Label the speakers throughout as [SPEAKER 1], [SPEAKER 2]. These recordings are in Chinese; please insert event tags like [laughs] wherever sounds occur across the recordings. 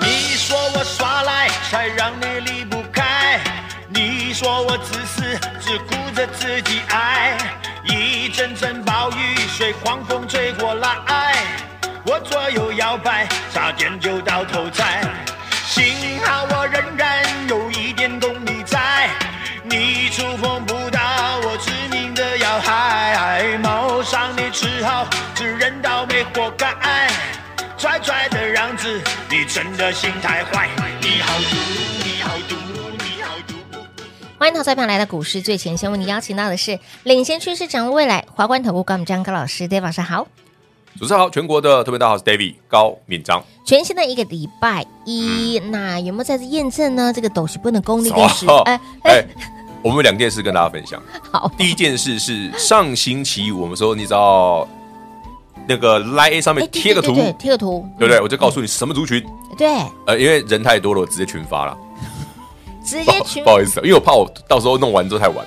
[SPEAKER 1] 你说我耍赖，才让你离不开；你说我自私，只顾着自己爱。一阵阵暴雨随狂风吹过来，我左右摇摆，差点就到头栽。幸好我仍然有一点功力在，你触碰不到我致命的要害，谋伤你只好只认倒霉，活该。拽拽的样子，你真的心太坏。你好毒，你好毒，你好毒。
[SPEAKER 2] 欢迎投资朋友来到股市最前线，为你邀请到的是领先趋势、掌握未来华冠投顾高敏章高老师，大家晚上好。
[SPEAKER 3] 主持人好，全国的特别大家好，我是 David 高敏章。
[SPEAKER 2] 全新的一个礼拜一，
[SPEAKER 3] 嗯
[SPEAKER 2] 那有没有在这验证呢？这个斗士不能功力
[SPEAKER 3] 哦
[SPEAKER 2] 跟实，哎哎， [laughs]
[SPEAKER 3] 我们有两件事跟大家分享。
[SPEAKER 2] 好，
[SPEAKER 3] 第一件事是上星期五我们说，你知道那个 Line A 上
[SPEAKER 2] 哎
[SPEAKER 3] 面贴个图，
[SPEAKER 2] 对对对贴个图，
[SPEAKER 3] 对不对？我就告诉你什么族群，
[SPEAKER 2] 对，
[SPEAKER 3] 呃，因为人太多了，我直接群发了。
[SPEAKER 2] 直
[SPEAKER 3] 不
[SPEAKER 2] 接
[SPEAKER 3] 好
[SPEAKER 2] 群
[SPEAKER 3] 不好意思，因为我怕我到时候弄完之后太晚。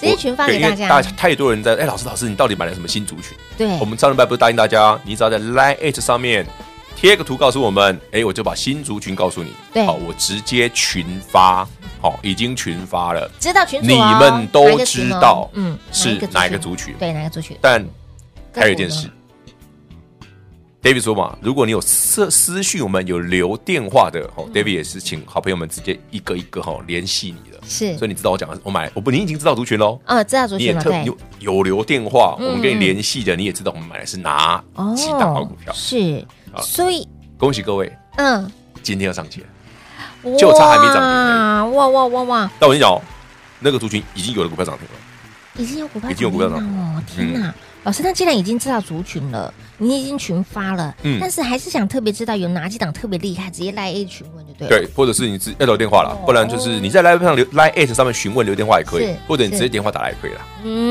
[SPEAKER 2] 直接群发
[SPEAKER 3] 我对
[SPEAKER 2] 给大
[SPEAKER 3] 因为大
[SPEAKER 2] 家
[SPEAKER 3] 家，太多人在，哎，老师老师，你到底买了什么新族群？
[SPEAKER 2] 对
[SPEAKER 3] 我，们上礼拜不是答应大家，你只要在 Line H 上面贴个图告诉我们，哎，我就把新族群告诉你。
[SPEAKER 2] 对
[SPEAKER 3] 好，我直接群发，好，已经群发了。
[SPEAKER 2] 知道群主
[SPEAKER 3] 你
[SPEAKER 2] 哦
[SPEAKER 3] 们
[SPEAKER 2] 哪一
[SPEAKER 3] 都
[SPEAKER 2] 个群
[SPEAKER 3] 知
[SPEAKER 2] 哦
[SPEAKER 3] 道，
[SPEAKER 2] 嗯，
[SPEAKER 3] 是哪一个族群？
[SPEAKER 2] 对，哪个族群？
[SPEAKER 3] 但
[SPEAKER 2] 个
[SPEAKER 3] 还有一
[SPEAKER 2] 股
[SPEAKER 3] 件
[SPEAKER 2] 呢
[SPEAKER 3] 事，David 说嘛，如果你有私私讯我们有留电话的，
[SPEAKER 2] 嗯
[SPEAKER 3] 哦，David 也是请好朋友们直接一个一个哈联系你的。
[SPEAKER 2] 是
[SPEAKER 3] 所以你知道我讲的，我买我不，你已经知道族群喽。
[SPEAKER 2] 哦，知道族
[SPEAKER 3] 你也
[SPEAKER 2] 群了，
[SPEAKER 3] 特
[SPEAKER 2] 对，
[SPEAKER 3] 有有留电话，
[SPEAKER 2] 嗯
[SPEAKER 3] 我们跟你联系的，你也知道我们买的是哪几档好股票。
[SPEAKER 2] 哦
[SPEAKER 3] 啊
[SPEAKER 2] 是，
[SPEAKER 3] 好
[SPEAKER 2] 所以
[SPEAKER 3] 恭喜各位，
[SPEAKER 2] 嗯，
[SPEAKER 3] 今天要上去了。就差还没涨
[SPEAKER 2] 哇
[SPEAKER 3] 停而
[SPEAKER 2] 哇哇哇哇，
[SPEAKER 3] 但我跟你讲哦，那个族群已经有的股票涨停了。
[SPEAKER 2] 已经有股票
[SPEAKER 3] 已经有股票涨停嗯
[SPEAKER 2] 了哦，天哪！老师，那既然已经知道族群了，你已经群发了，
[SPEAKER 3] 嗯
[SPEAKER 2] 但是还是想特别知道有哪几档特别厉害，直接来 A 群问就对了。哦
[SPEAKER 3] 对，或者是你自己要留电话啦，不然就是你在 Live 上留 Line at 上面询问留电话也可以
[SPEAKER 2] 是，
[SPEAKER 3] 或者你
[SPEAKER 2] 是
[SPEAKER 3] 直接电话打来也可以啦。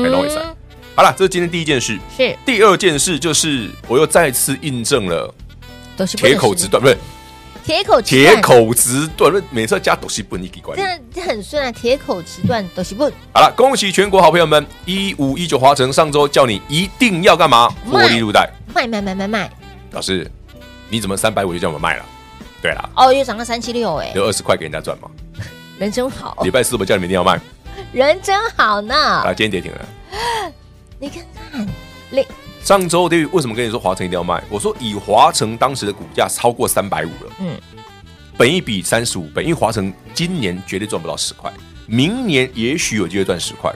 [SPEAKER 3] 哎懂我意思
[SPEAKER 2] 嗯
[SPEAKER 3] 啊，好了，这是今天第一件事。
[SPEAKER 2] 是
[SPEAKER 3] 第二件事就是，我又再次印证了
[SPEAKER 2] 都是不能
[SPEAKER 3] 铁口
[SPEAKER 2] 是
[SPEAKER 3] 直断，不是
[SPEAKER 2] 铁口直断
[SPEAKER 3] 铁，口直断，不是每次要加都是不你给关
[SPEAKER 2] 这。样这很顺啊，铁口直断都是不
[SPEAKER 3] 好了，恭喜全国好朋友们！一五一九华晨上周叫你一定要干嘛？
[SPEAKER 2] 卖
[SPEAKER 3] 获利入袋。
[SPEAKER 2] 卖卖卖卖卖，
[SPEAKER 3] 老师，你怎么三百五就叫我们卖了？对啦，
[SPEAKER 2] 哦，又涨到三七六，哎，
[SPEAKER 3] 留二十块给人家赚嘛。
[SPEAKER 2] 人真好
[SPEAKER 3] 礼，拜四我叫你们一定要卖，
[SPEAKER 2] 人真哦好呢。
[SPEAKER 3] 啊，今天跌停了。
[SPEAKER 2] 你看看，零
[SPEAKER 3] 上周 David 为什么跟你说华晨一定要卖？我说以华晨当时的股价超过三百五了，
[SPEAKER 2] 嗯
[SPEAKER 3] 嗯，本一比三十五倍，因为华晨今年绝对赚不到十块，明年也许有机会赚十块，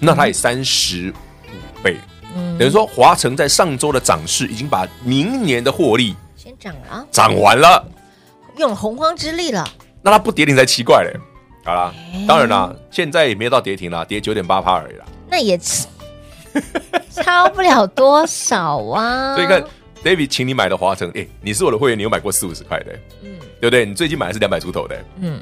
[SPEAKER 3] 那它也三十五倍，
[SPEAKER 2] 嗯
[SPEAKER 3] 等于说华晨在上周的涨势已经把明年的获利
[SPEAKER 2] 先涨了啊，
[SPEAKER 3] 涨完了，
[SPEAKER 2] 用了洪荒之力了，
[SPEAKER 3] 那它不跌停才奇怪嘞。好啦，当然啦，现在也没有到跌停啦，跌九点八趴而已啦。
[SPEAKER 2] 那也
[SPEAKER 3] [laughs]
[SPEAKER 2] 差不了多少啊。
[SPEAKER 3] 所以你看，David 请你买的华晨，哎、你是我的会员，你有买过四五十块的、
[SPEAKER 2] 嗯
[SPEAKER 3] 对不对？你最近买的是两百出头的、
[SPEAKER 2] 嗯，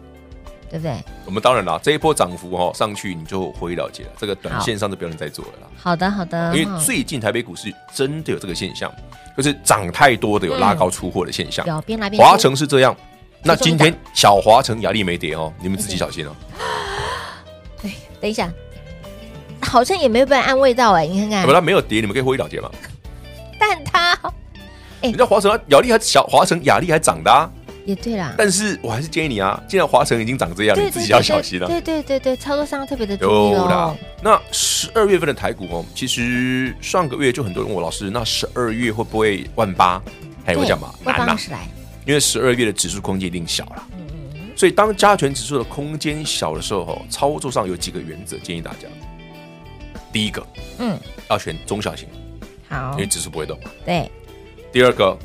[SPEAKER 2] 对不对？
[SPEAKER 3] 我们当然啦，这一波涨幅哈、哦、上去，你就获利了结了。这个短线上就不用再做了啦，
[SPEAKER 2] 好的好的，
[SPEAKER 3] 因
[SPEAKER 2] 嗯
[SPEAKER 3] 为最近台北股市真的有这个现象，就是涨太多的有拉高出货的现象。
[SPEAKER 2] 嗯有边来边
[SPEAKER 3] 华
[SPEAKER 2] 出
[SPEAKER 3] 城是这样，那
[SPEAKER 2] 其中一
[SPEAKER 3] 今
[SPEAKER 2] 档嗯
[SPEAKER 3] 天小华城雅丽没跌哦，你们自己小心哦。
[SPEAKER 2] 对，等一下，好像也没有被安慰到哎，你看
[SPEAKER 3] 怎么
[SPEAKER 2] 看，
[SPEAKER 3] 它啊没有跌，你们可以获利了结嘛？
[SPEAKER 2] 但他哎
[SPEAKER 3] 人家华城啊雅丽还小华城雅丽还涨的啊，
[SPEAKER 2] 也对啦，
[SPEAKER 3] 但是我还是建议你啊，既然华城已经涨这样，
[SPEAKER 2] 对
[SPEAKER 3] 你自己要小心啊。
[SPEAKER 2] 对对对对，操作上特别的注意
[SPEAKER 3] 有啦
[SPEAKER 2] 哦。，
[SPEAKER 3] 那十二月份的台股哦，其实上个月就很多人问我老师，那十二月会不会万八？哎，我
[SPEAKER 2] 对
[SPEAKER 3] 讲嘛，
[SPEAKER 2] 我
[SPEAKER 3] 难啦
[SPEAKER 2] 当，时来，
[SPEAKER 3] 因为十二月的指数空间一定小啦。
[SPEAKER 2] 嗯嗯嗯，
[SPEAKER 3] 所以当加权指数的空间小的时候，哦，操作上有几个原则建议大家。第一个
[SPEAKER 2] 嗯，
[SPEAKER 3] 要选中小型，
[SPEAKER 2] 好
[SPEAKER 3] 因为，指数不会动嘛。
[SPEAKER 2] 对，
[SPEAKER 3] 第二个，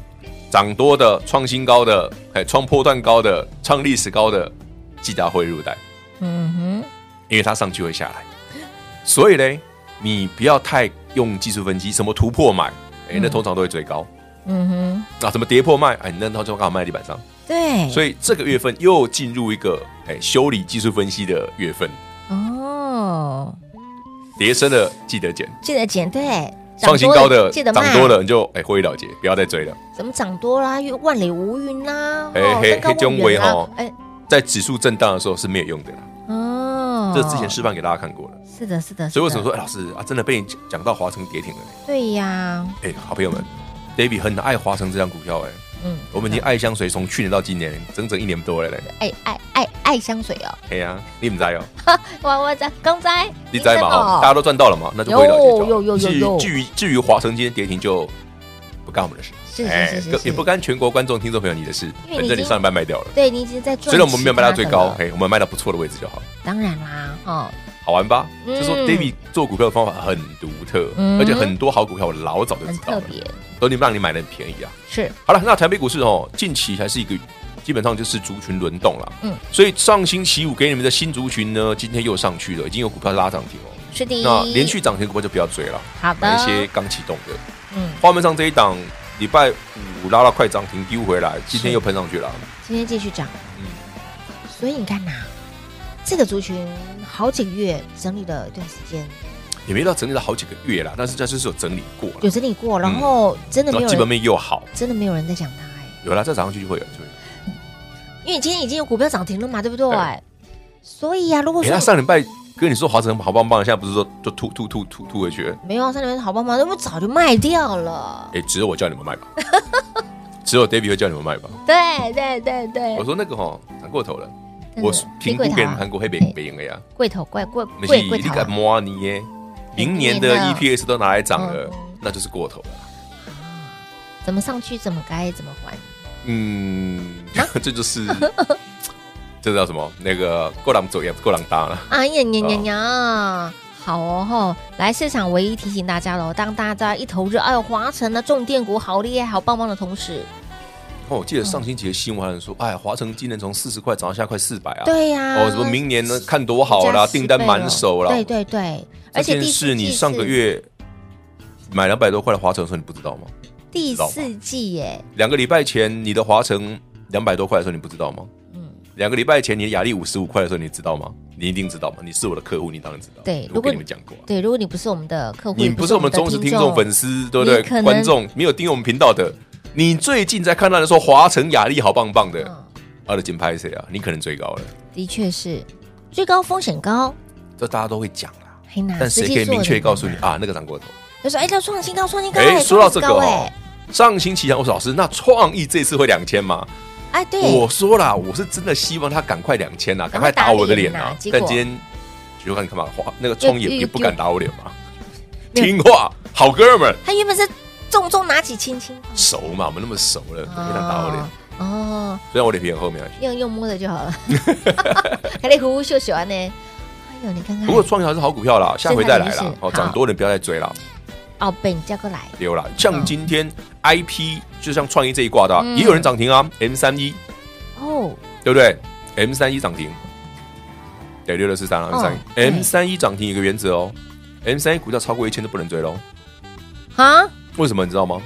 [SPEAKER 3] 涨多的、创新高的、哎，创波段高的、创历史高的，技达会入袋，
[SPEAKER 2] 嗯哼，
[SPEAKER 3] 因为它上去会下来。所以呢，你不要太用技术分析，什么突破买，哎，那通常都会追高。
[SPEAKER 2] 嗯哼，嗯
[SPEAKER 3] 啊，什么跌破卖，哎，那它就刚好卖在地板上。
[SPEAKER 2] 对，
[SPEAKER 3] 所以这个月份又进入一个哎修理技术分析的月份，
[SPEAKER 2] 哦，
[SPEAKER 3] 跌升的记得减，
[SPEAKER 2] 记得减对，
[SPEAKER 3] 创新高的
[SPEAKER 2] 记得
[SPEAKER 3] 涨多
[SPEAKER 2] 了，
[SPEAKER 3] 了你就哎获利了结，不要再追了。
[SPEAKER 2] 怎么涨多啦？又万里无云啦，
[SPEAKER 3] 哎
[SPEAKER 2] 哦
[SPEAKER 3] 嘿
[SPEAKER 2] 山高
[SPEAKER 3] 嘿
[SPEAKER 2] 望
[SPEAKER 3] 中
[SPEAKER 2] 远
[SPEAKER 3] 微
[SPEAKER 2] 啦
[SPEAKER 3] 哦
[SPEAKER 2] 哎，
[SPEAKER 3] 在指数震荡的时候是没有用的啦，
[SPEAKER 2] 哦，
[SPEAKER 3] 这之前示范给大家看过了。
[SPEAKER 2] 是的，是的，
[SPEAKER 3] 所以为
[SPEAKER 2] 是
[SPEAKER 3] 什
[SPEAKER 2] 的
[SPEAKER 3] 么说、哎、老师啊，真的被你讲讲到华城跌停了呢？
[SPEAKER 2] 对呀？
[SPEAKER 3] 哎，好朋友们，David 很爱华城这张股票哎，
[SPEAKER 2] 嗯，
[SPEAKER 3] 我们已经爱相随从去年到今年整整一年多了嘞。
[SPEAKER 2] 爱爱爱爱香水哦，
[SPEAKER 3] 哎呀，你们在哦，
[SPEAKER 2] 我我在刚在，
[SPEAKER 3] 你在嘛
[SPEAKER 2] 哦
[SPEAKER 3] 哈，大家都赚到了嘛，那就会了结就好
[SPEAKER 2] 有有有
[SPEAKER 3] 至于
[SPEAKER 2] 有有
[SPEAKER 3] 至于至于华城今天跌停就不干我们的事。
[SPEAKER 2] 是
[SPEAKER 3] 哎
[SPEAKER 2] 是是是
[SPEAKER 3] 跟
[SPEAKER 2] 是，
[SPEAKER 3] 也不干全国观众、听众朋友你的事，
[SPEAKER 2] 因为你已经
[SPEAKER 3] 反正你上班卖掉了，
[SPEAKER 2] 对你已经在赚，啊
[SPEAKER 3] 虽然我们没有卖到最高，，哎，我们卖到不错的位置就好，
[SPEAKER 2] 当然啦，哦，
[SPEAKER 3] 好玩吧？
[SPEAKER 2] 嗯
[SPEAKER 3] 就说 David 做股票的方法很独特，
[SPEAKER 2] 嗯
[SPEAKER 3] 而且很多好股票我老早就
[SPEAKER 2] 很
[SPEAKER 3] 知道
[SPEAKER 2] 特
[SPEAKER 3] 了，
[SPEAKER 2] 别，
[SPEAKER 3] 都你让你买的很便宜啊。
[SPEAKER 2] 是
[SPEAKER 3] 好了，那台北股市哦，近期还是一个基本上就是族群轮动了，
[SPEAKER 2] 嗯，
[SPEAKER 3] 所以上星期五给你们的新族群呢，今天又上去了，已经有股票拉涨停哦。
[SPEAKER 2] 是的，
[SPEAKER 3] 那连续涨停股票就不要追了，
[SPEAKER 2] 好的
[SPEAKER 3] 买一些刚启动的。
[SPEAKER 2] 嗯，
[SPEAKER 3] 画面上这一档礼拜五拉到快涨停丢回来，今天又喷上去了。
[SPEAKER 2] 今天继续涨，
[SPEAKER 3] 嗯
[SPEAKER 2] 所以你看呐、这个族群好几个月整理了一段时间，
[SPEAKER 3] 也没到整理了好几个月啦，但是它就是有整理过了，
[SPEAKER 2] 有整理过，然后真的
[SPEAKER 3] 然
[SPEAKER 2] 没有
[SPEAKER 3] 后嗯基本
[SPEAKER 2] 人，
[SPEAKER 3] 面又好，
[SPEAKER 2] 真的没有人在讲它哎、
[SPEAKER 3] 有啦，再涨上去就会有，就会
[SPEAKER 2] 因为今天已经有股票涨停了嘛，对不对？所以啊，如果
[SPEAKER 3] 有。哎，
[SPEAKER 2] 说
[SPEAKER 3] 他上礼拜跟你说华晨好棒棒，现在不是说就吐吐吐吐吐回去了？
[SPEAKER 2] 没有啊，上面好棒棒，那不早就卖掉了。
[SPEAKER 3] 哎，只有我叫你们卖吧， [laughs] 只有 David 会叫你们卖吧。
[SPEAKER 2] 对对对对
[SPEAKER 3] 我，说那个哈涨过头了，
[SPEAKER 2] 真的
[SPEAKER 3] 我评估给你
[SPEAKER 2] 你
[SPEAKER 3] 们看过黑北
[SPEAKER 2] 哎
[SPEAKER 3] 北赢了呀，
[SPEAKER 2] 贵头贵贵
[SPEAKER 3] 那
[SPEAKER 2] 贵贵
[SPEAKER 3] 你
[SPEAKER 2] 头
[SPEAKER 3] 敢
[SPEAKER 2] 啊，
[SPEAKER 3] 摸你耶？明年
[SPEAKER 2] 明
[SPEAKER 3] 的
[SPEAKER 2] 年的
[SPEAKER 3] EPS 都拿来涨了
[SPEAKER 2] 嗯嗯，
[SPEAKER 3] 那就是过头了。
[SPEAKER 2] 怎么上去怎么该怎么还，
[SPEAKER 3] 嗯，
[SPEAKER 2] 啊
[SPEAKER 3] [laughs] 这就是这叫什么？那个够狼走也够狼搭了。
[SPEAKER 2] 哎呀呀呀呀！好哦吼，来市场唯一提醒大家喽，当大家一头热，哎呦，华晨的重电股好厉害，好棒棒的同时，
[SPEAKER 3] 哦，我记得
[SPEAKER 2] 嗯
[SPEAKER 3] 上星期的新闻还有人说，哎，华城今年从四十块涨到现在快四百啊。。
[SPEAKER 2] 对呀、
[SPEAKER 3] 哦，什么明年呢？看多好
[SPEAKER 2] 加
[SPEAKER 3] 啦，
[SPEAKER 2] 10倍
[SPEAKER 3] 订单满手啦。
[SPEAKER 2] 对。对对，而且
[SPEAKER 3] 这
[SPEAKER 2] 第
[SPEAKER 3] 件
[SPEAKER 2] 四
[SPEAKER 3] 事
[SPEAKER 2] 季
[SPEAKER 3] 你上个
[SPEAKER 2] 是
[SPEAKER 3] 月买两百多块的华城的时候，你不知道吗？
[SPEAKER 2] 第
[SPEAKER 3] 知道吗
[SPEAKER 2] 四季耶，
[SPEAKER 3] 两个礼拜前你的华城两百多块的时候，你不知道吗？
[SPEAKER 2] 嗯，
[SPEAKER 3] 两个礼拜前你的雅力五十五块的时候，你知道吗？你一定知道嘛？你是我的客户，你当然知道。
[SPEAKER 2] 对如
[SPEAKER 3] 我
[SPEAKER 2] 果
[SPEAKER 3] 跟你们讲过啊。
[SPEAKER 2] 对，如果你不是我们的客户，
[SPEAKER 3] 你
[SPEAKER 2] 也
[SPEAKER 3] 不是我们忠实听众、粉丝，对不
[SPEAKER 2] 你可能
[SPEAKER 3] 对？观众没有订阅我们频道的，你最近在看到人说华晨雅丽好棒棒的，
[SPEAKER 2] 嗯，
[SPEAKER 3] 二的金拍谁啊？你可能追高了，
[SPEAKER 2] 的确是最高风险高，
[SPEAKER 3] 这大家都会讲啦。
[SPEAKER 2] 很难。
[SPEAKER 3] 但谁可以明确告诉你
[SPEAKER 2] 实际做
[SPEAKER 3] 啊？那个涨过头。
[SPEAKER 2] 的嘛？就说哎，它创新高，创新高，
[SPEAKER 3] 哎，
[SPEAKER 2] 哎
[SPEAKER 3] 说到这个
[SPEAKER 2] 创新高
[SPEAKER 3] 哦
[SPEAKER 2] 哎，，
[SPEAKER 3] 上星期啊，我说老师，那创意这次会两千吗？
[SPEAKER 2] 哎对，
[SPEAKER 3] 我说啦，我是真的希望他赶快两千啊，赶快打我的脸
[SPEAKER 2] 赶快打脸啊！
[SPEAKER 3] 啊
[SPEAKER 2] 结果
[SPEAKER 3] 但今天就看干嘛？华那个创
[SPEAKER 2] 又
[SPEAKER 3] 也
[SPEAKER 2] 又
[SPEAKER 3] 也不敢打我脸嘛。
[SPEAKER 2] 没有
[SPEAKER 3] 听话，好哥们儿，
[SPEAKER 2] 他原本是重重拿起轻轻，
[SPEAKER 3] 熟嘛，我们那么熟了，怎么想打我脸？
[SPEAKER 2] 哦哦，
[SPEAKER 3] 虽然我脸皮很厚，没关系。
[SPEAKER 2] 用用摸的就好
[SPEAKER 3] [laughs]
[SPEAKER 2] 了，还得呼呼秀秀啊呢。哎呦，你看看，
[SPEAKER 3] 不过创业还是好股票啦，下回再来
[SPEAKER 2] 生态
[SPEAKER 3] 啦
[SPEAKER 2] 也。是
[SPEAKER 3] 哦，涨
[SPEAKER 2] 好
[SPEAKER 3] 多了不要再追啦，
[SPEAKER 2] 哦，被你叫过来，
[SPEAKER 3] 丢啦。像今天 IP 就像创意这一挂的啊，
[SPEAKER 2] 嗯
[SPEAKER 3] 也有人涨停啊，M 三一
[SPEAKER 2] 哦，
[SPEAKER 3] 对不对？M 三一涨停，对，六六四三啊，M 三一
[SPEAKER 2] 哦对
[SPEAKER 3] M 三一涨停有一个原则哦，M 三一股价超过一千就不能追喽。
[SPEAKER 2] 哈，
[SPEAKER 3] 为什么你知道吗？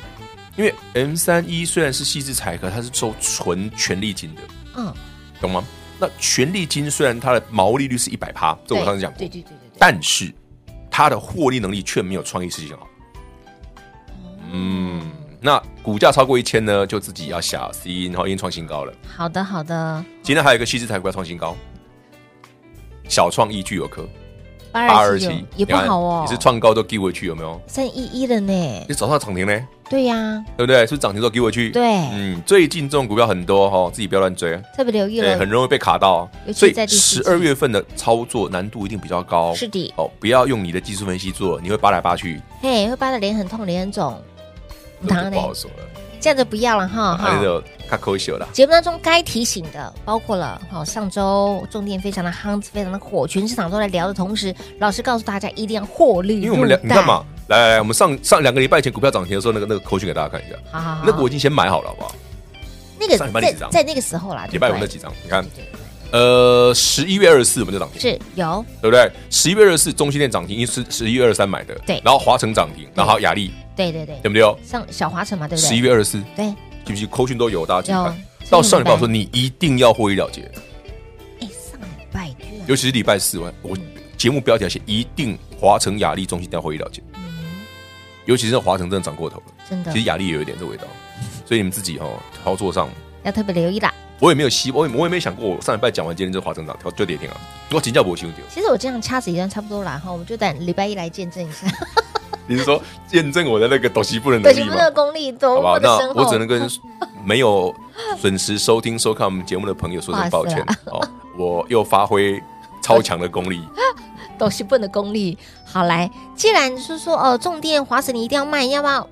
[SPEAKER 3] 因为 M 三一虽然是细致采可它是收纯权利金的，
[SPEAKER 2] 嗯，
[SPEAKER 3] 懂吗？那权利金虽然它的毛利率是一百趴，这我上次讲过
[SPEAKER 2] 哦对，对对对对，
[SPEAKER 3] 但是它的获利能力却没有创意事情好。嗯，那股价超过一千呢，就自己要小心，然后因为创新高了。
[SPEAKER 2] 好的好的，
[SPEAKER 3] 今天还有一个西子台股票创新高，小创意具有科
[SPEAKER 2] 八
[SPEAKER 3] 八
[SPEAKER 2] 二
[SPEAKER 3] 二
[SPEAKER 2] 七
[SPEAKER 3] 七
[SPEAKER 2] 也不好哦，
[SPEAKER 3] 你是创高都丢回去有没有？
[SPEAKER 2] 三一一了呢，
[SPEAKER 3] 你早上涨停呢，
[SPEAKER 2] 对呀，
[SPEAKER 3] 对不对？是不是涨停都丢回去。
[SPEAKER 2] 对
[SPEAKER 3] 嗯，最近这种股票很多哈、哦，自己不要乱追，
[SPEAKER 2] 特别留意
[SPEAKER 3] 哎
[SPEAKER 2] 了，
[SPEAKER 3] 很容易被卡到哦、
[SPEAKER 2] 尤其
[SPEAKER 3] 所以
[SPEAKER 2] 在第四
[SPEAKER 3] 十
[SPEAKER 2] 季
[SPEAKER 3] 二月份的操作难度一定比较高。
[SPEAKER 2] 是的，
[SPEAKER 3] 哦，不要用你的技术分析做，你会扒来扒去，
[SPEAKER 2] 嘿，会扒的脸很痛，脸很肿，
[SPEAKER 3] 就
[SPEAKER 2] 糖呢
[SPEAKER 3] 不？好说了。啊
[SPEAKER 2] 这样子不要了哈啊哈
[SPEAKER 3] 那。就卡扣一宿了。
[SPEAKER 2] 节目当中该提醒的，包括了好、哦、上周重点非常的夯，非常的火，全市场都在聊的同时，老师告诉大家一定要获利
[SPEAKER 3] 因为我们
[SPEAKER 2] 入
[SPEAKER 3] 两，
[SPEAKER 2] 袋
[SPEAKER 3] 你看嘛，来来来，我们上上两个礼拜前股票涨停的时候，那个那个口讯给大家看一下，
[SPEAKER 2] 好好好，
[SPEAKER 3] 那个我已经先买好了，好不好？
[SPEAKER 2] 那个
[SPEAKER 3] 上礼拜那
[SPEAKER 2] 在
[SPEAKER 3] 几张
[SPEAKER 2] 在那个时候啦，
[SPEAKER 3] 礼拜五
[SPEAKER 2] 对不
[SPEAKER 3] 那
[SPEAKER 2] 对
[SPEAKER 3] 几张，你看，
[SPEAKER 2] 对对
[SPEAKER 3] 呃，十一月二十四我们就涨停，
[SPEAKER 2] 是有
[SPEAKER 3] 对不对？十一月二十四中心店涨停，因为是十一月二十三买的，
[SPEAKER 2] 对
[SPEAKER 3] 然后华城涨停，然后雅丽，
[SPEAKER 2] 对对对
[SPEAKER 3] 对，不对哦？
[SPEAKER 2] 上小华城嘛，对不对？
[SPEAKER 3] 十一月二十四，
[SPEAKER 2] 对，
[SPEAKER 3] 记不记？扣讯都有，大家自己
[SPEAKER 2] 有
[SPEAKER 3] 看。
[SPEAKER 2] 所以
[SPEAKER 3] 到上礼拜我
[SPEAKER 2] 怎
[SPEAKER 3] 说
[SPEAKER 2] 么
[SPEAKER 3] 你一定要获利了结，
[SPEAKER 2] 哎，上礼拜啊居然
[SPEAKER 3] 尤其是礼拜四，我我节目标题还写一定华城雅丽中心一定要获利了结，
[SPEAKER 2] 嗯
[SPEAKER 3] 尤其是华城真的涨过头了。
[SPEAKER 2] 真的
[SPEAKER 3] 其实雅丽也有一点这味道，所以你们自己哦操作上，
[SPEAKER 2] 要特别留意啦。
[SPEAKER 3] 我也没有希，我也我也没想过，我上礼拜讲完今天就华成涨，就就跌停啊，我请教博兄弟，
[SPEAKER 2] 其实我这样掐指一算差不多啦哈，我们就等礼拜一来见证一下，
[SPEAKER 3] 你是说见证我的那个抖西部的
[SPEAKER 2] [laughs]
[SPEAKER 3] 能
[SPEAKER 2] 对，
[SPEAKER 3] 力
[SPEAKER 2] 你
[SPEAKER 3] 吗
[SPEAKER 2] 们？的功力
[SPEAKER 3] 好
[SPEAKER 2] 多
[SPEAKER 3] 不好？
[SPEAKER 2] 么的
[SPEAKER 3] 那
[SPEAKER 2] 深厚。
[SPEAKER 3] 我只能跟 [laughs] 没有准时收听收看我们节目的朋友说
[SPEAKER 2] 啊
[SPEAKER 3] 声抱歉哦，我又发挥超强的
[SPEAKER 2] [laughs]
[SPEAKER 3] 功力，
[SPEAKER 2] 都是笨的功力。好来，既然是说哦，重电华晨你一定要卖，要不要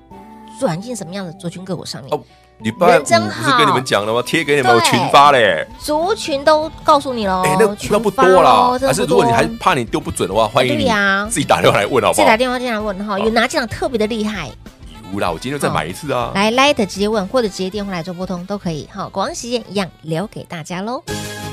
[SPEAKER 2] 转进什么样的族群个股上面？
[SPEAKER 3] 哦礼拜五
[SPEAKER 2] 人真
[SPEAKER 3] 不
[SPEAKER 2] 好
[SPEAKER 3] 是跟你们讲了吗？贴给你们
[SPEAKER 2] 对
[SPEAKER 3] 我群发嘞，
[SPEAKER 2] 族群都告诉你喽，
[SPEAKER 3] 哎，那股
[SPEAKER 2] 群
[SPEAKER 3] 票不
[SPEAKER 2] 发
[SPEAKER 3] 多啦
[SPEAKER 2] 咯，真
[SPEAKER 3] 还
[SPEAKER 2] 的
[SPEAKER 3] 是
[SPEAKER 2] 不
[SPEAKER 3] 如
[SPEAKER 2] 多
[SPEAKER 3] 果你还怕你丢不准的话，欢迎
[SPEAKER 2] 哎对
[SPEAKER 3] 你
[SPEAKER 2] 呀
[SPEAKER 3] 自己打电话来问好
[SPEAKER 2] 自
[SPEAKER 3] 不
[SPEAKER 2] 己打
[SPEAKER 3] 好？
[SPEAKER 2] 电话进来问哈，有哪几档特别的厉害？
[SPEAKER 3] 有啦，我今天又再买一次
[SPEAKER 2] 哦
[SPEAKER 3] 啊。
[SPEAKER 2] 来 Light 直接问，或者直接电话来做拨通都可以。好，广告时间一样留给大家喽。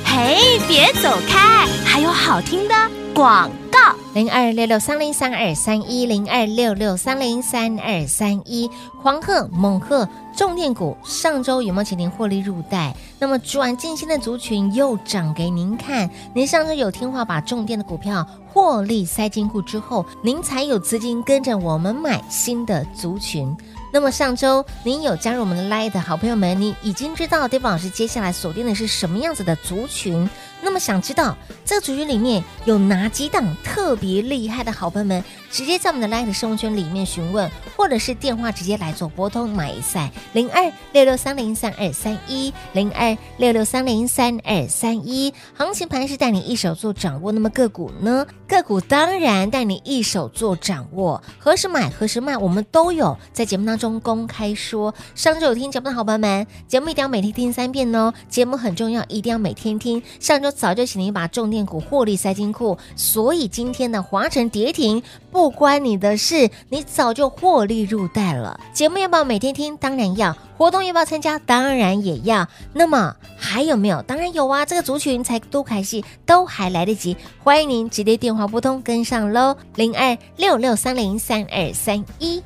[SPEAKER 4] 嘿，别走开，还有好听的广告。
[SPEAKER 2] 零二六六三零三二三一零二六六三零三二三一，狂贺猛贺重电股上周有没有请您获利入袋？那么转进新的族群又涨给您看，您上周有听话把重电的股票获利塞进库之后，您才有资金跟着我们买新的族群。那么上周您有加入我们的 Light 的好朋友们，你已经知道 d a v 老师接下来锁定的是什么样子的族群。那么想知道这个族群里面有哪几档特别厉害的好朋友们，直接在我们的 Light 生活圈里面询问，或者是电话直接来做拨通买赛零二六六三零三二三一零二六六三零三二三一。行情盘是带你一手做掌握，那么个股呢？个股当然带你一手做掌握，何时买何时卖，我们都有在节目当中公开说。上周有听节目的好朋友们，节目一定要每天听三遍哦，节目很重要，一定要每天听。上周早就请您把重点股获利塞金库，所以今天的华晨跌停不关你的事，你早就获利入袋了。节目要不要每天听？当然要。活动要不要参加？当然也要。那么还有没有？当然有啊，这个族群才多开戏，都还来得及。欢迎您直接电话拨通跟上喽，零二六六三零三二三一。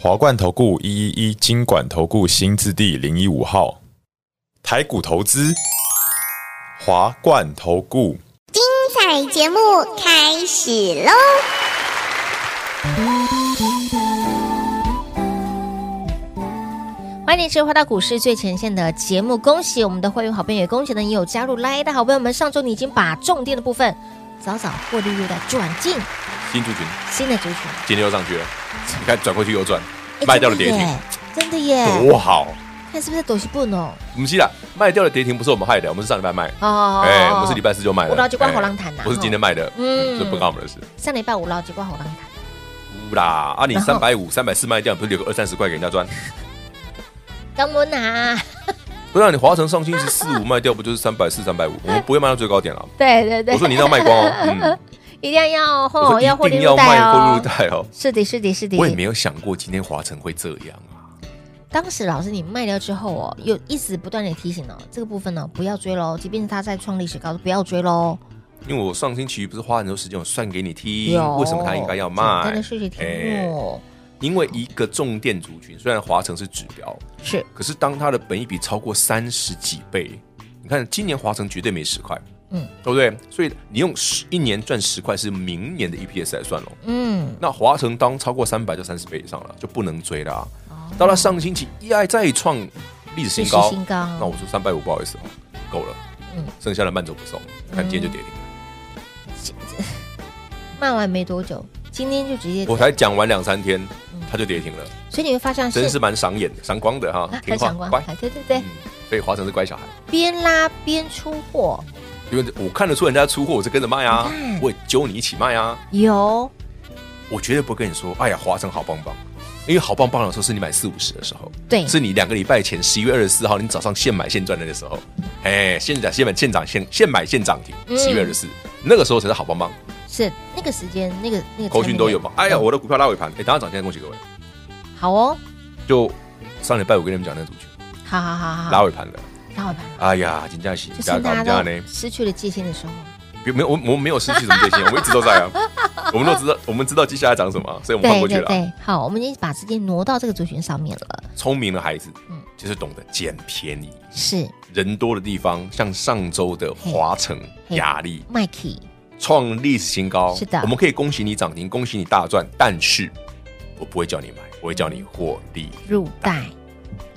[SPEAKER 5] 华冠投顾一一一金管投顾新字第零一五号，台股投资，华冠投顾。
[SPEAKER 6] 彩节目开始喽！
[SPEAKER 2] 欢迎你持续回到股市最前线的节目，恭喜我们的会员好朋友，也恭喜呢你有加入来的好朋友们。上周你已经把重点的部分早早获利入袋，转进
[SPEAKER 3] 新族群
[SPEAKER 2] 新的族群，
[SPEAKER 3] 今天又上去了，你看转过去右转，
[SPEAKER 2] 哎
[SPEAKER 3] 卖掉了跌，
[SPEAKER 2] 真的
[SPEAKER 3] 停，
[SPEAKER 2] 耶真的耶！
[SPEAKER 3] 多好！
[SPEAKER 2] 看是不是在躲西布哦？
[SPEAKER 3] 我们是啦，卖掉了跌停不是我们害的，我们是上礼拜卖，
[SPEAKER 2] 哦，
[SPEAKER 3] 哎，我们是礼拜四就卖
[SPEAKER 2] 我
[SPEAKER 3] 了，
[SPEAKER 2] 了解关
[SPEAKER 3] 哎
[SPEAKER 2] 好浪谈呐啊
[SPEAKER 3] 不是今天卖的，
[SPEAKER 2] 嗯
[SPEAKER 3] 嗯，这不关我们的事。
[SPEAKER 2] 上礼拜五老几挂好浪谈，
[SPEAKER 3] 不啦，啊，你
[SPEAKER 2] 然后
[SPEAKER 3] 三百五、三百四卖掉，不是留个二三十块给人家赚？
[SPEAKER 2] 刚我
[SPEAKER 3] [laughs]
[SPEAKER 2] 拿，
[SPEAKER 3] 不啊然你华城上星期四五
[SPEAKER 2] [laughs]
[SPEAKER 3] 卖掉，不就是三百四、三百五？我们不会卖到最高点了。
[SPEAKER 2] 对对对
[SPEAKER 3] 我，说你一定要卖光哦，
[SPEAKER 2] [laughs]
[SPEAKER 3] 嗯，
[SPEAKER 2] 一定要要
[SPEAKER 3] 我
[SPEAKER 2] 吼，
[SPEAKER 3] 说
[SPEAKER 2] 获
[SPEAKER 3] 一
[SPEAKER 2] 利
[SPEAKER 3] 定
[SPEAKER 2] 入
[SPEAKER 3] 要
[SPEAKER 2] 袋
[SPEAKER 3] 卖过
[SPEAKER 2] 哦
[SPEAKER 3] 入。袋哦。
[SPEAKER 2] 是的，是的，是的。
[SPEAKER 3] 我也没有想过今天华城会这样啊。
[SPEAKER 2] 当时老师你卖掉之后哦，有一直不断的提醒哦，这个部分呢、不要追喽，即便是它在创历史高，不要追喽。
[SPEAKER 3] 因为我上星期不是花很多时间我算给你听
[SPEAKER 2] 有，
[SPEAKER 3] 为什么它应该要
[SPEAKER 2] 真
[SPEAKER 3] 卖
[SPEAKER 2] 的？是哦去题
[SPEAKER 3] 哎
[SPEAKER 2] 目，
[SPEAKER 3] 因为一个重电族群，虽然华城是指标，
[SPEAKER 2] 是
[SPEAKER 3] 可是当它的本益比超过三十几倍，你看今年华城绝对没十块，
[SPEAKER 2] 嗯
[SPEAKER 3] 嗯，对不对？所以你用十一年赚十块是明年的 EPS 来算喽。哦
[SPEAKER 2] 嗯，
[SPEAKER 3] 那华城当超过三百就三十倍以上了，就不能追了、啊。到了上星期一爱再创历史新
[SPEAKER 2] 哦历
[SPEAKER 3] 高，
[SPEAKER 2] 史新高
[SPEAKER 3] 那我说三百五不好意思哦，够了，
[SPEAKER 2] 嗯
[SPEAKER 3] 剩下的慢走不送，看今天就跌停。
[SPEAKER 2] 卖完没多久，今天就直接，
[SPEAKER 3] 我才讲完两三天，
[SPEAKER 2] 嗯
[SPEAKER 3] 它就跌停了，
[SPEAKER 2] 所以你会发现
[SPEAKER 3] 真是蛮赏眼的、闪光的哈
[SPEAKER 2] 啊，
[SPEAKER 3] 听
[SPEAKER 2] 很
[SPEAKER 3] 话
[SPEAKER 2] 闪光，
[SPEAKER 3] 乖。
[SPEAKER 2] 哎对对对
[SPEAKER 3] 嗯，，所以华城是乖小孩，
[SPEAKER 2] 边拉边出货，
[SPEAKER 3] 因为我看得出人家出货，我就跟着卖啊
[SPEAKER 2] 你看，
[SPEAKER 3] 我也揪你一起卖啊，
[SPEAKER 2] 有
[SPEAKER 3] 我绝对不会跟你说，哎呀，华城好棒棒，因为好棒棒的时候是你买四五十的时候，
[SPEAKER 2] 对
[SPEAKER 3] 是你两个礼拜前十一月二十四号你早上现买现赚的那个时候，哎，现涨现买现涨现现买现涨停，
[SPEAKER 2] 嗯
[SPEAKER 3] 十一月二十四那个时候才是好棒棒，
[SPEAKER 2] 是那个时间，那个那个
[SPEAKER 3] 口讯都有嘛
[SPEAKER 2] 嘛。？
[SPEAKER 3] 哎呀，我的股票拉尾盘，哎，当然涨停了，恭喜各位！
[SPEAKER 2] 好哦，
[SPEAKER 3] 就上礼拜我跟你们讲那个主群
[SPEAKER 2] 好好好好，
[SPEAKER 3] 拉尾盘的，
[SPEAKER 2] 拉尾盘，
[SPEAKER 3] 哎呀，金价洗，
[SPEAKER 2] 啊就
[SPEAKER 3] 价
[SPEAKER 2] 是
[SPEAKER 3] 高
[SPEAKER 2] 大
[SPEAKER 3] 价
[SPEAKER 2] 家
[SPEAKER 3] 呢
[SPEAKER 2] 都？失去了界限的时候，
[SPEAKER 3] 别没有，我我们没有失去什么戒心，我们一直都在
[SPEAKER 2] [laughs]
[SPEAKER 3] 啊，我们都知道，我们知道接下来涨什么啊，所以我们
[SPEAKER 2] 对
[SPEAKER 3] 放过去
[SPEAKER 2] 对
[SPEAKER 3] 了啊。
[SPEAKER 2] 对，好，我们已经把时间挪到这个族群上面了，
[SPEAKER 3] 聪明的孩子
[SPEAKER 2] 嗯，
[SPEAKER 3] 就是懂得捡便宜。
[SPEAKER 2] 是
[SPEAKER 3] 人多的地方，像上周的华城、
[SPEAKER 2] 嘿
[SPEAKER 3] 雅力
[SPEAKER 2] Mikey，
[SPEAKER 3] 创历史新高，
[SPEAKER 2] 是的
[SPEAKER 3] 我们可以恭喜你涨停，恭喜你大赚，但是我不会叫你买，我会叫你获利。
[SPEAKER 2] 入袋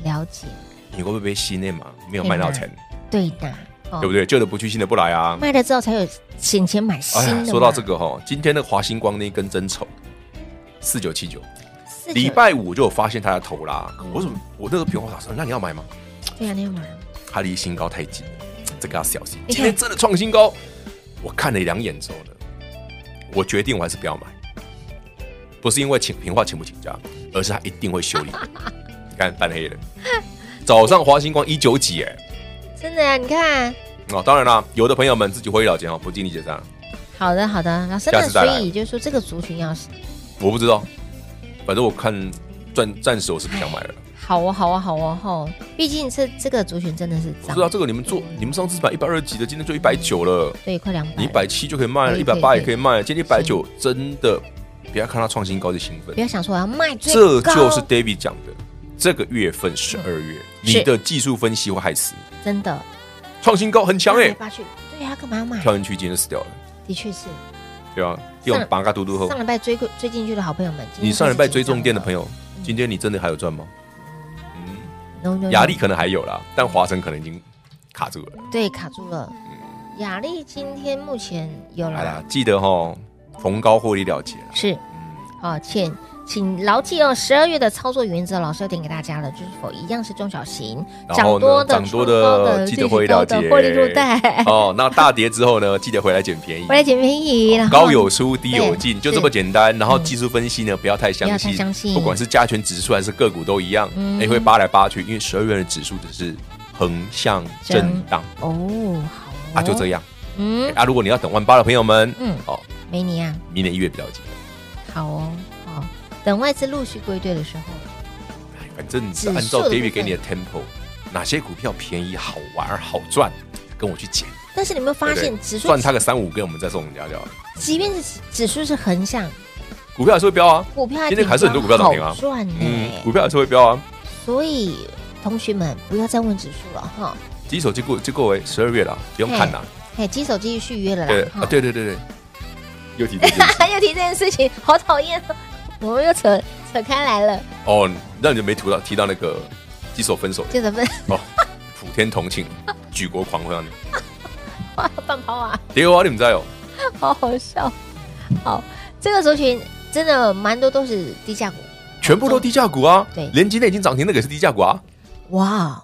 [SPEAKER 2] 了解，
[SPEAKER 3] 你会不会被吸内嘛？没有卖到钱，
[SPEAKER 2] 对的，哦
[SPEAKER 3] 对不对？旧的不嗯去，新的不来啊！
[SPEAKER 2] 卖了之后才有钱钱买新
[SPEAKER 3] 哎
[SPEAKER 2] 的
[SPEAKER 3] 呀
[SPEAKER 2] 嘛。
[SPEAKER 3] 说到这个哈，今天那个华星光那一根真丑，四九七九，
[SPEAKER 2] 49，
[SPEAKER 3] 礼拜五就有发现它的头啦。我怎么我那个平花打算，那你要买吗？
[SPEAKER 2] 对啊，你有买？
[SPEAKER 3] 它离新高太近，这个要小心。
[SPEAKER 2] 你看
[SPEAKER 3] 今天真的创新高，我看了两眼之后呢，我决定我还是不要买，不是因为请平话请不请假，而是它一定会修理。你看翻黑了，早上华星光一九几哎，
[SPEAKER 2] 真的啊，你看，
[SPEAKER 3] 哦，当然啦，有的朋友们自己回忆老家哦，不尽力解散，
[SPEAKER 2] 好的好的，老师，那
[SPEAKER 3] 下次再
[SPEAKER 2] 所
[SPEAKER 3] 来
[SPEAKER 2] 以就是说这个族群要是
[SPEAKER 3] 我不知道，反正我看暂暂时我是不想买了啦。
[SPEAKER 2] 好哦好哦好哦吼，毕竟这这个族群真的是
[SPEAKER 3] 我
[SPEAKER 2] 涨
[SPEAKER 3] 知，道这个你们做，
[SPEAKER 2] 哎
[SPEAKER 3] 你们上次买一百二几的，今天就一百九了。
[SPEAKER 2] 对，快两百，
[SPEAKER 3] 你一百，七就可以卖了，
[SPEAKER 2] 可以
[SPEAKER 3] 一百八
[SPEAKER 2] 可以
[SPEAKER 3] 也可以卖了，今天一百九真的，不要看它创新高就兴奋
[SPEAKER 2] 不，要想说我要卖最
[SPEAKER 3] 这
[SPEAKER 2] 高
[SPEAKER 3] 就是 David 讲的，这个月份十二月，
[SPEAKER 2] 是
[SPEAKER 3] 你的技术分析会害死你，
[SPEAKER 2] 真的，
[SPEAKER 3] 创新高很强
[SPEAKER 2] 八来
[SPEAKER 3] 哎，
[SPEAKER 2] 八去，对啊，干嘛要买？
[SPEAKER 3] 跳进去今天就死掉了，
[SPEAKER 2] 的确是，
[SPEAKER 3] 对吧？用八嘎嘟嘟后，
[SPEAKER 2] 上礼拜追过追进去的好朋友们，今天
[SPEAKER 3] 你上礼拜追重电的朋
[SPEAKER 2] 友
[SPEAKER 3] 友，今天你真的还有赚吗？
[SPEAKER 2] ，no, no, no
[SPEAKER 3] 雅力可能还有啦，但华晨可能已经卡住了。
[SPEAKER 2] 对卡住了。雅丽今天目前有
[SPEAKER 3] 好
[SPEAKER 2] 了啦
[SPEAKER 3] 嗯啦，，嗯记得哈，逢高获利了结啦。
[SPEAKER 2] 是，好，请请牢记哦，十二月的操作原则，老师要点给大家了，就是否一样是中小型，
[SPEAKER 3] 然后呢，涨
[SPEAKER 2] 出
[SPEAKER 3] 多
[SPEAKER 2] 高
[SPEAKER 3] 的记得回
[SPEAKER 2] 最
[SPEAKER 3] 了
[SPEAKER 2] 高的
[SPEAKER 3] 解，
[SPEAKER 2] 获利入袋，
[SPEAKER 3] 哦，那大跌之后呢，记得回来捡便宜
[SPEAKER 2] [laughs] 我。哎来捡便宜，然后
[SPEAKER 3] 哦高有出，低有进，
[SPEAKER 2] 对嗯
[SPEAKER 3] 就这么简单。然后技术分析呢，不要太相
[SPEAKER 2] 不要
[SPEAKER 3] 信，
[SPEAKER 2] 太相信
[SPEAKER 3] 不管是加权指数还是个股都一样，
[SPEAKER 2] 嗯
[SPEAKER 3] 哎，会扒来扒去，因为十二月的指数只是横向震荡
[SPEAKER 2] 哦，好哦
[SPEAKER 3] 啊，就这样。
[SPEAKER 2] 嗯，
[SPEAKER 3] 啊，如果你要等万八的朋友们，
[SPEAKER 2] 嗯
[SPEAKER 3] 嗯，哦，
[SPEAKER 2] 没你啊，
[SPEAKER 3] 明年一月比较紧，
[SPEAKER 2] 好哦，好，等外资陆续归队的时候，
[SPEAKER 3] 反正
[SPEAKER 2] 指
[SPEAKER 3] 是
[SPEAKER 2] 数的
[SPEAKER 3] 按照
[SPEAKER 2] 部分
[SPEAKER 3] David 给你的 tempo，哪些股票便宜、好玩、好赚，跟我去捡，
[SPEAKER 2] 但是你有没有发
[SPEAKER 3] 对不对
[SPEAKER 2] 现指数
[SPEAKER 3] 赚，它个三五根，我们再送人家就好了。
[SPEAKER 2] 即便是指数是横向，
[SPEAKER 3] 股票还是会飙啊，
[SPEAKER 2] 股票
[SPEAKER 3] 今天还是很多股票涨停啊
[SPEAKER 2] 好赚
[SPEAKER 3] 嗯，
[SPEAKER 2] 呢，
[SPEAKER 3] 股票还是会飙啊。
[SPEAKER 2] 所以同学们不要再问指数了哈。
[SPEAKER 3] 第一手就过就过为十二月了，不用看啦。
[SPEAKER 2] 嘿，金手机续约了
[SPEAKER 3] 对
[SPEAKER 2] 啦！
[SPEAKER 3] 啊，对对对对，又提这件事
[SPEAKER 2] 还 [laughs] 又提这件事情，好讨厌哦！我们又扯扯开来了，
[SPEAKER 3] [laughs] 哦，那你就没提到提到那个几手分手
[SPEAKER 2] [laughs]
[SPEAKER 3] 的
[SPEAKER 2] 接着问
[SPEAKER 3] 哦，普天同庆，举国狂欢，啊
[SPEAKER 2] 半跑啊，
[SPEAKER 3] 对啊，你们在哦，
[SPEAKER 2] 好好笑。好，这个族群真的蛮多都是低价股，
[SPEAKER 3] 全部都低价股啊，
[SPEAKER 2] 对
[SPEAKER 3] 连今天已经涨停那个也是低价股啊，
[SPEAKER 2] 哇！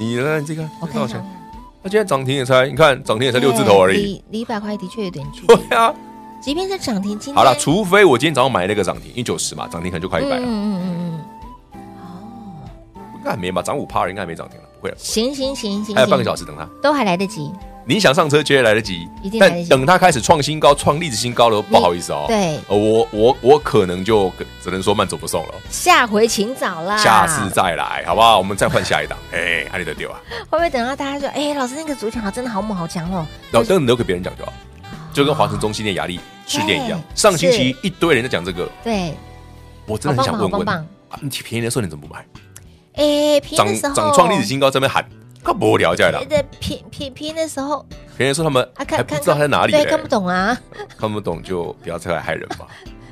[SPEAKER 3] 你呢？你这个
[SPEAKER 2] 我看
[SPEAKER 3] 这多少
[SPEAKER 2] 一下
[SPEAKER 3] 钱？，啊那今天涨停也才，你看涨停也才
[SPEAKER 2] 对
[SPEAKER 3] 六字头而已，
[SPEAKER 2] 离离一百块的确有点距离。
[SPEAKER 3] [laughs] 对啊，
[SPEAKER 2] 即便是涨停，今天
[SPEAKER 3] 好了，除非我今天早上买那个涨停，因为九十嘛，涨停可能就快一
[SPEAKER 2] 嗯
[SPEAKER 3] 百
[SPEAKER 2] 嗯
[SPEAKER 3] 了，
[SPEAKER 2] 嗯嗯嗯，
[SPEAKER 3] 应该还没吧，涨五趴了，应该还没涨停了，不会了，
[SPEAKER 2] 行行行行，
[SPEAKER 3] 还有半个小
[SPEAKER 2] 时，
[SPEAKER 3] 时等它。
[SPEAKER 2] 都还来得及。
[SPEAKER 3] 你想上车绝对来得及
[SPEAKER 2] 一定来得
[SPEAKER 3] 但
[SPEAKER 2] 及
[SPEAKER 3] 等它开始创新高、创历史新高了，不好意思哦，
[SPEAKER 2] 对，
[SPEAKER 3] 呃，我我我可能就只能说慢走不送了，
[SPEAKER 2] 下回请早啦。
[SPEAKER 3] 下次再来，好不好？我们再换下一档，哎，阿里的丢啊，
[SPEAKER 2] 会不会等到大家说，哎，老师那个族群好，真的好猛好强哦？
[SPEAKER 3] 然后等你留给别人讲就好，就跟华晨中心的压力事件一样，
[SPEAKER 2] 对
[SPEAKER 3] 上星期一堆人在讲这个，
[SPEAKER 2] 对，
[SPEAKER 3] 我真的很想问
[SPEAKER 2] 好棒棒好
[SPEAKER 3] 问，
[SPEAKER 2] 棒
[SPEAKER 3] 啊你便宜的时候你怎么不买？
[SPEAKER 2] 哎，平
[SPEAKER 3] 涨
[SPEAKER 2] 的时候
[SPEAKER 3] 涨创历史新高，这边喊，更无聊这了
[SPEAKER 2] 对，对，平平平的时候
[SPEAKER 3] 便宜的时候他们
[SPEAKER 2] 啊，
[SPEAKER 3] 还
[SPEAKER 2] 看
[SPEAKER 3] 不
[SPEAKER 2] 看
[SPEAKER 3] 知道它在哪里嘞
[SPEAKER 2] 对，，看不懂啊，
[SPEAKER 3] 看不懂就不要再来害人
[SPEAKER 2] [laughs]
[SPEAKER 3] 吧。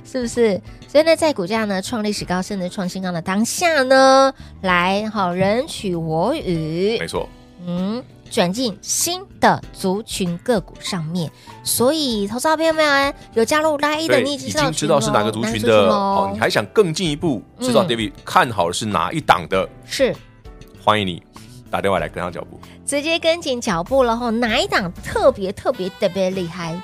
[SPEAKER 2] 是不是？所以呢，在股价呢创历史高甚至创新高的当下呢，来好人取我予
[SPEAKER 3] 没，错，
[SPEAKER 2] 嗯，转进新的族群个股上面。所以，投资好朋友们有加入拉一的，
[SPEAKER 3] 对，
[SPEAKER 2] 你已
[SPEAKER 3] 已
[SPEAKER 2] 经知道
[SPEAKER 3] 经知道是哪个族群的，
[SPEAKER 2] 哦
[SPEAKER 3] 哦，，你还想更进一步知道
[SPEAKER 2] 嗯
[SPEAKER 3] David 看好的是哪一档的，
[SPEAKER 2] 是
[SPEAKER 3] 欢迎你打电话来跟上脚步。
[SPEAKER 2] 直接跟紧脚步了哈，哪一档特别特别特别厉害？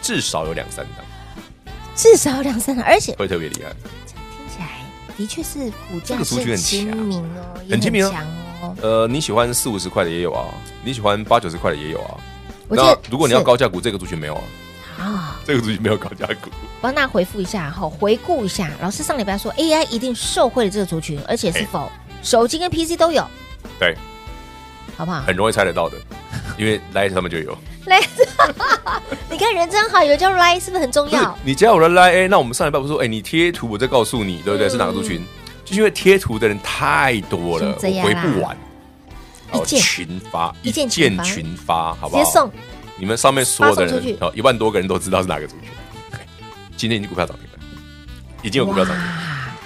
[SPEAKER 3] 至少有两三档
[SPEAKER 2] 至少有两三档，而且
[SPEAKER 3] 会特别厉害。
[SPEAKER 2] 听起来的确是股价
[SPEAKER 3] 这个族群
[SPEAKER 2] 是
[SPEAKER 3] 很
[SPEAKER 2] 亲
[SPEAKER 3] 强
[SPEAKER 2] 民哦，也
[SPEAKER 3] 很亲民啊
[SPEAKER 2] 强哦。
[SPEAKER 3] 呃，你喜欢四五十块的也有啊，你喜欢八九十块的也有啊。
[SPEAKER 2] 我觉得
[SPEAKER 3] 那如果你要
[SPEAKER 2] 是
[SPEAKER 3] 高价股，这个族群没有啊，
[SPEAKER 2] 啊，
[SPEAKER 3] 这个族群没有高价股。
[SPEAKER 2] 帮大家回复一下哈，回顾一下，老师上礼拜说 AI 一定受惠的这个族群，而且是
[SPEAKER 3] 哎
[SPEAKER 2] 否手机跟 PC 都有，
[SPEAKER 3] 对，
[SPEAKER 2] 好不好？
[SPEAKER 3] 很容易猜得到
[SPEAKER 2] [laughs]
[SPEAKER 3] 的，因为 Line 上面就有。
[SPEAKER 2] 来， [laughs] 你看人真好，有叫 Lie 是不是很重
[SPEAKER 3] 不是
[SPEAKER 2] 要？
[SPEAKER 3] 你加我的 Line，哎，那我们上礼拜不是说，哎，你贴图我再告诉你，对不
[SPEAKER 2] 嗯
[SPEAKER 3] 对？是哪个族群？就是因为贴图的人太多了，
[SPEAKER 2] 是
[SPEAKER 3] 我
[SPEAKER 2] 这样
[SPEAKER 3] 回
[SPEAKER 2] 啦
[SPEAKER 3] 不完。哦
[SPEAKER 2] 一键
[SPEAKER 3] 群发，
[SPEAKER 2] 一键群
[SPEAKER 3] 键
[SPEAKER 2] 发
[SPEAKER 3] 群发，好
[SPEAKER 2] 直
[SPEAKER 3] 不好？
[SPEAKER 2] 接送
[SPEAKER 3] 你们上面所有的
[SPEAKER 2] 发送出去
[SPEAKER 3] 人，哦，一万多个人都知道是哪个族群。今天已经股票涨停了，已经有股票涨停了，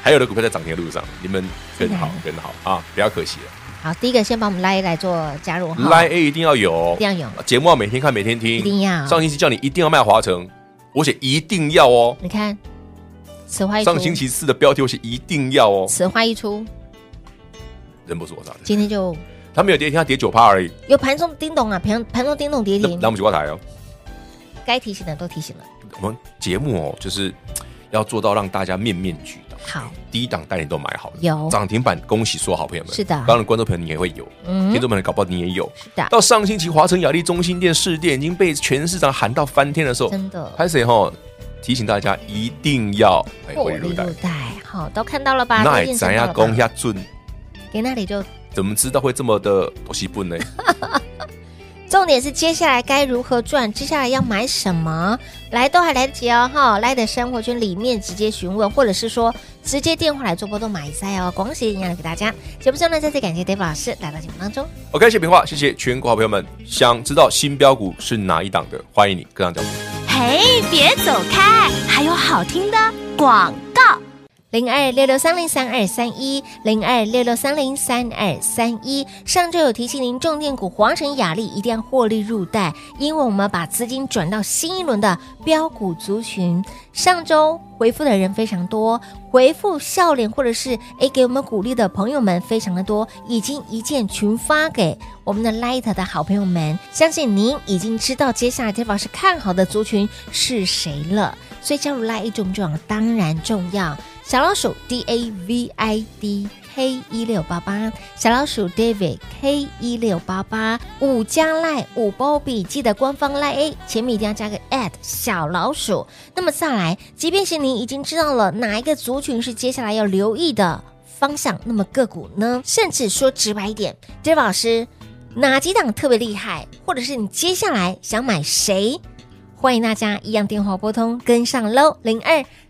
[SPEAKER 3] 还有的股票在涨停的路上，你们更好更好啊，不要可惜了。
[SPEAKER 2] 好，第一个先把我们 Lie 来做加入哈
[SPEAKER 3] Line A 一定要有，哦
[SPEAKER 2] 一定要有
[SPEAKER 3] 节目要每天看每天听，
[SPEAKER 2] 一定要
[SPEAKER 3] 上星期叫你一定要卖华城，我写一定要哦。
[SPEAKER 2] 你看，此话一出，
[SPEAKER 3] 上星期四的标题我写一定要哦，
[SPEAKER 2] 此话一出，
[SPEAKER 3] 人不是我杀的，
[SPEAKER 2] 今天就
[SPEAKER 3] 他没有跌停，他跌九趴而已，
[SPEAKER 2] 有盘中叮咚啊，盘盘中叮咚跌
[SPEAKER 3] 那
[SPEAKER 2] 停
[SPEAKER 3] 那，我们就挂台哦。
[SPEAKER 2] 该提醒的都提醒了。
[SPEAKER 3] 我们节目哦，就是要做到让大家面面俱到。
[SPEAKER 2] 好，
[SPEAKER 3] 第一档带你都买好了，
[SPEAKER 2] 有
[SPEAKER 3] 涨停板，恭喜所有好朋友们。
[SPEAKER 2] 是的
[SPEAKER 3] 当然观众朋友你也会有，
[SPEAKER 2] 嗯
[SPEAKER 3] 听众朋友搞不好你也有。
[SPEAKER 2] 是的，
[SPEAKER 3] 到上星期华晨雅丽中心店试店已经被全市场喊到翻天的时候，
[SPEAKER 2] 真的，
[SPEAKER 3] 拍谁哈？提醒大家一定要哎
[SPEAKER 2] 获
[SPEAKER 3] 汇
[SPEAKER 2] 利
[SPEAKER 3] 入袋
[SPEAKER 2] 入，袋，好，都看到了吧？
[SPEAKER 3] 那
[SPEAKER 2] 都验证
[SPEAKER 3] 咱
[SPEAKER 2] 到
[SPEAKER 3] 要
[SPEAKER 2] 了吧
[SPEAKER 3] 攻下准，
[SPEAKER 2] 给那里就
[SPEAKER 3] 怎么知道会这么的多西
[SPEAKER 2] [laughs]
[SPEAKER 3] 不呢？
[SPEAKER 2] 重点是接下来该如何赚，接下来要买什么，来都还来得及哦哈！来的生活圈里面直接询问，或者是说直接电话来做波动买菜哦。广喜营养给大家，节目最后呢，再次感谢 Dave 老师来到节目当中。
[SPEAKER 3] OK，谢平话，谢谢全国好朋友们。想知道新标股是哪一档的，欢迎你跟上脚步。
[SPEAKER 4] 嘿，别走开，还有好听的广告。
[SPEAKER 2] 零二六六三零三二三一，零二六六三零三二三一。上周有提醒您，重点股华晨雅丽一定要获利入袋，因为我们把资金转到新一轮的标股族群。上周回复的人非常多，回复笑脸或者是诶给我们鼓励的朋友们非常的多，已经一键群发给我们的 Light 的好朋友们。相信您已经知道接下来 t 宝是看好的族群是谁了，所以加入 Light 重不重要？当然重要。小老鼠 D A V I D K 一六八八，小老鼠 David K 一六八八，五加赖五包笔记的官方赖 A 前面一定要加个 at 小老鼠。那么再来，即便是你已经知道了哪一个族群是接下来要留意的方向，那么个股呢？甚至说直白一点，David 老师哪几档特别厉害，或者是你接下来想买谁？欢迎大家一样电话拨通跟上喽，零二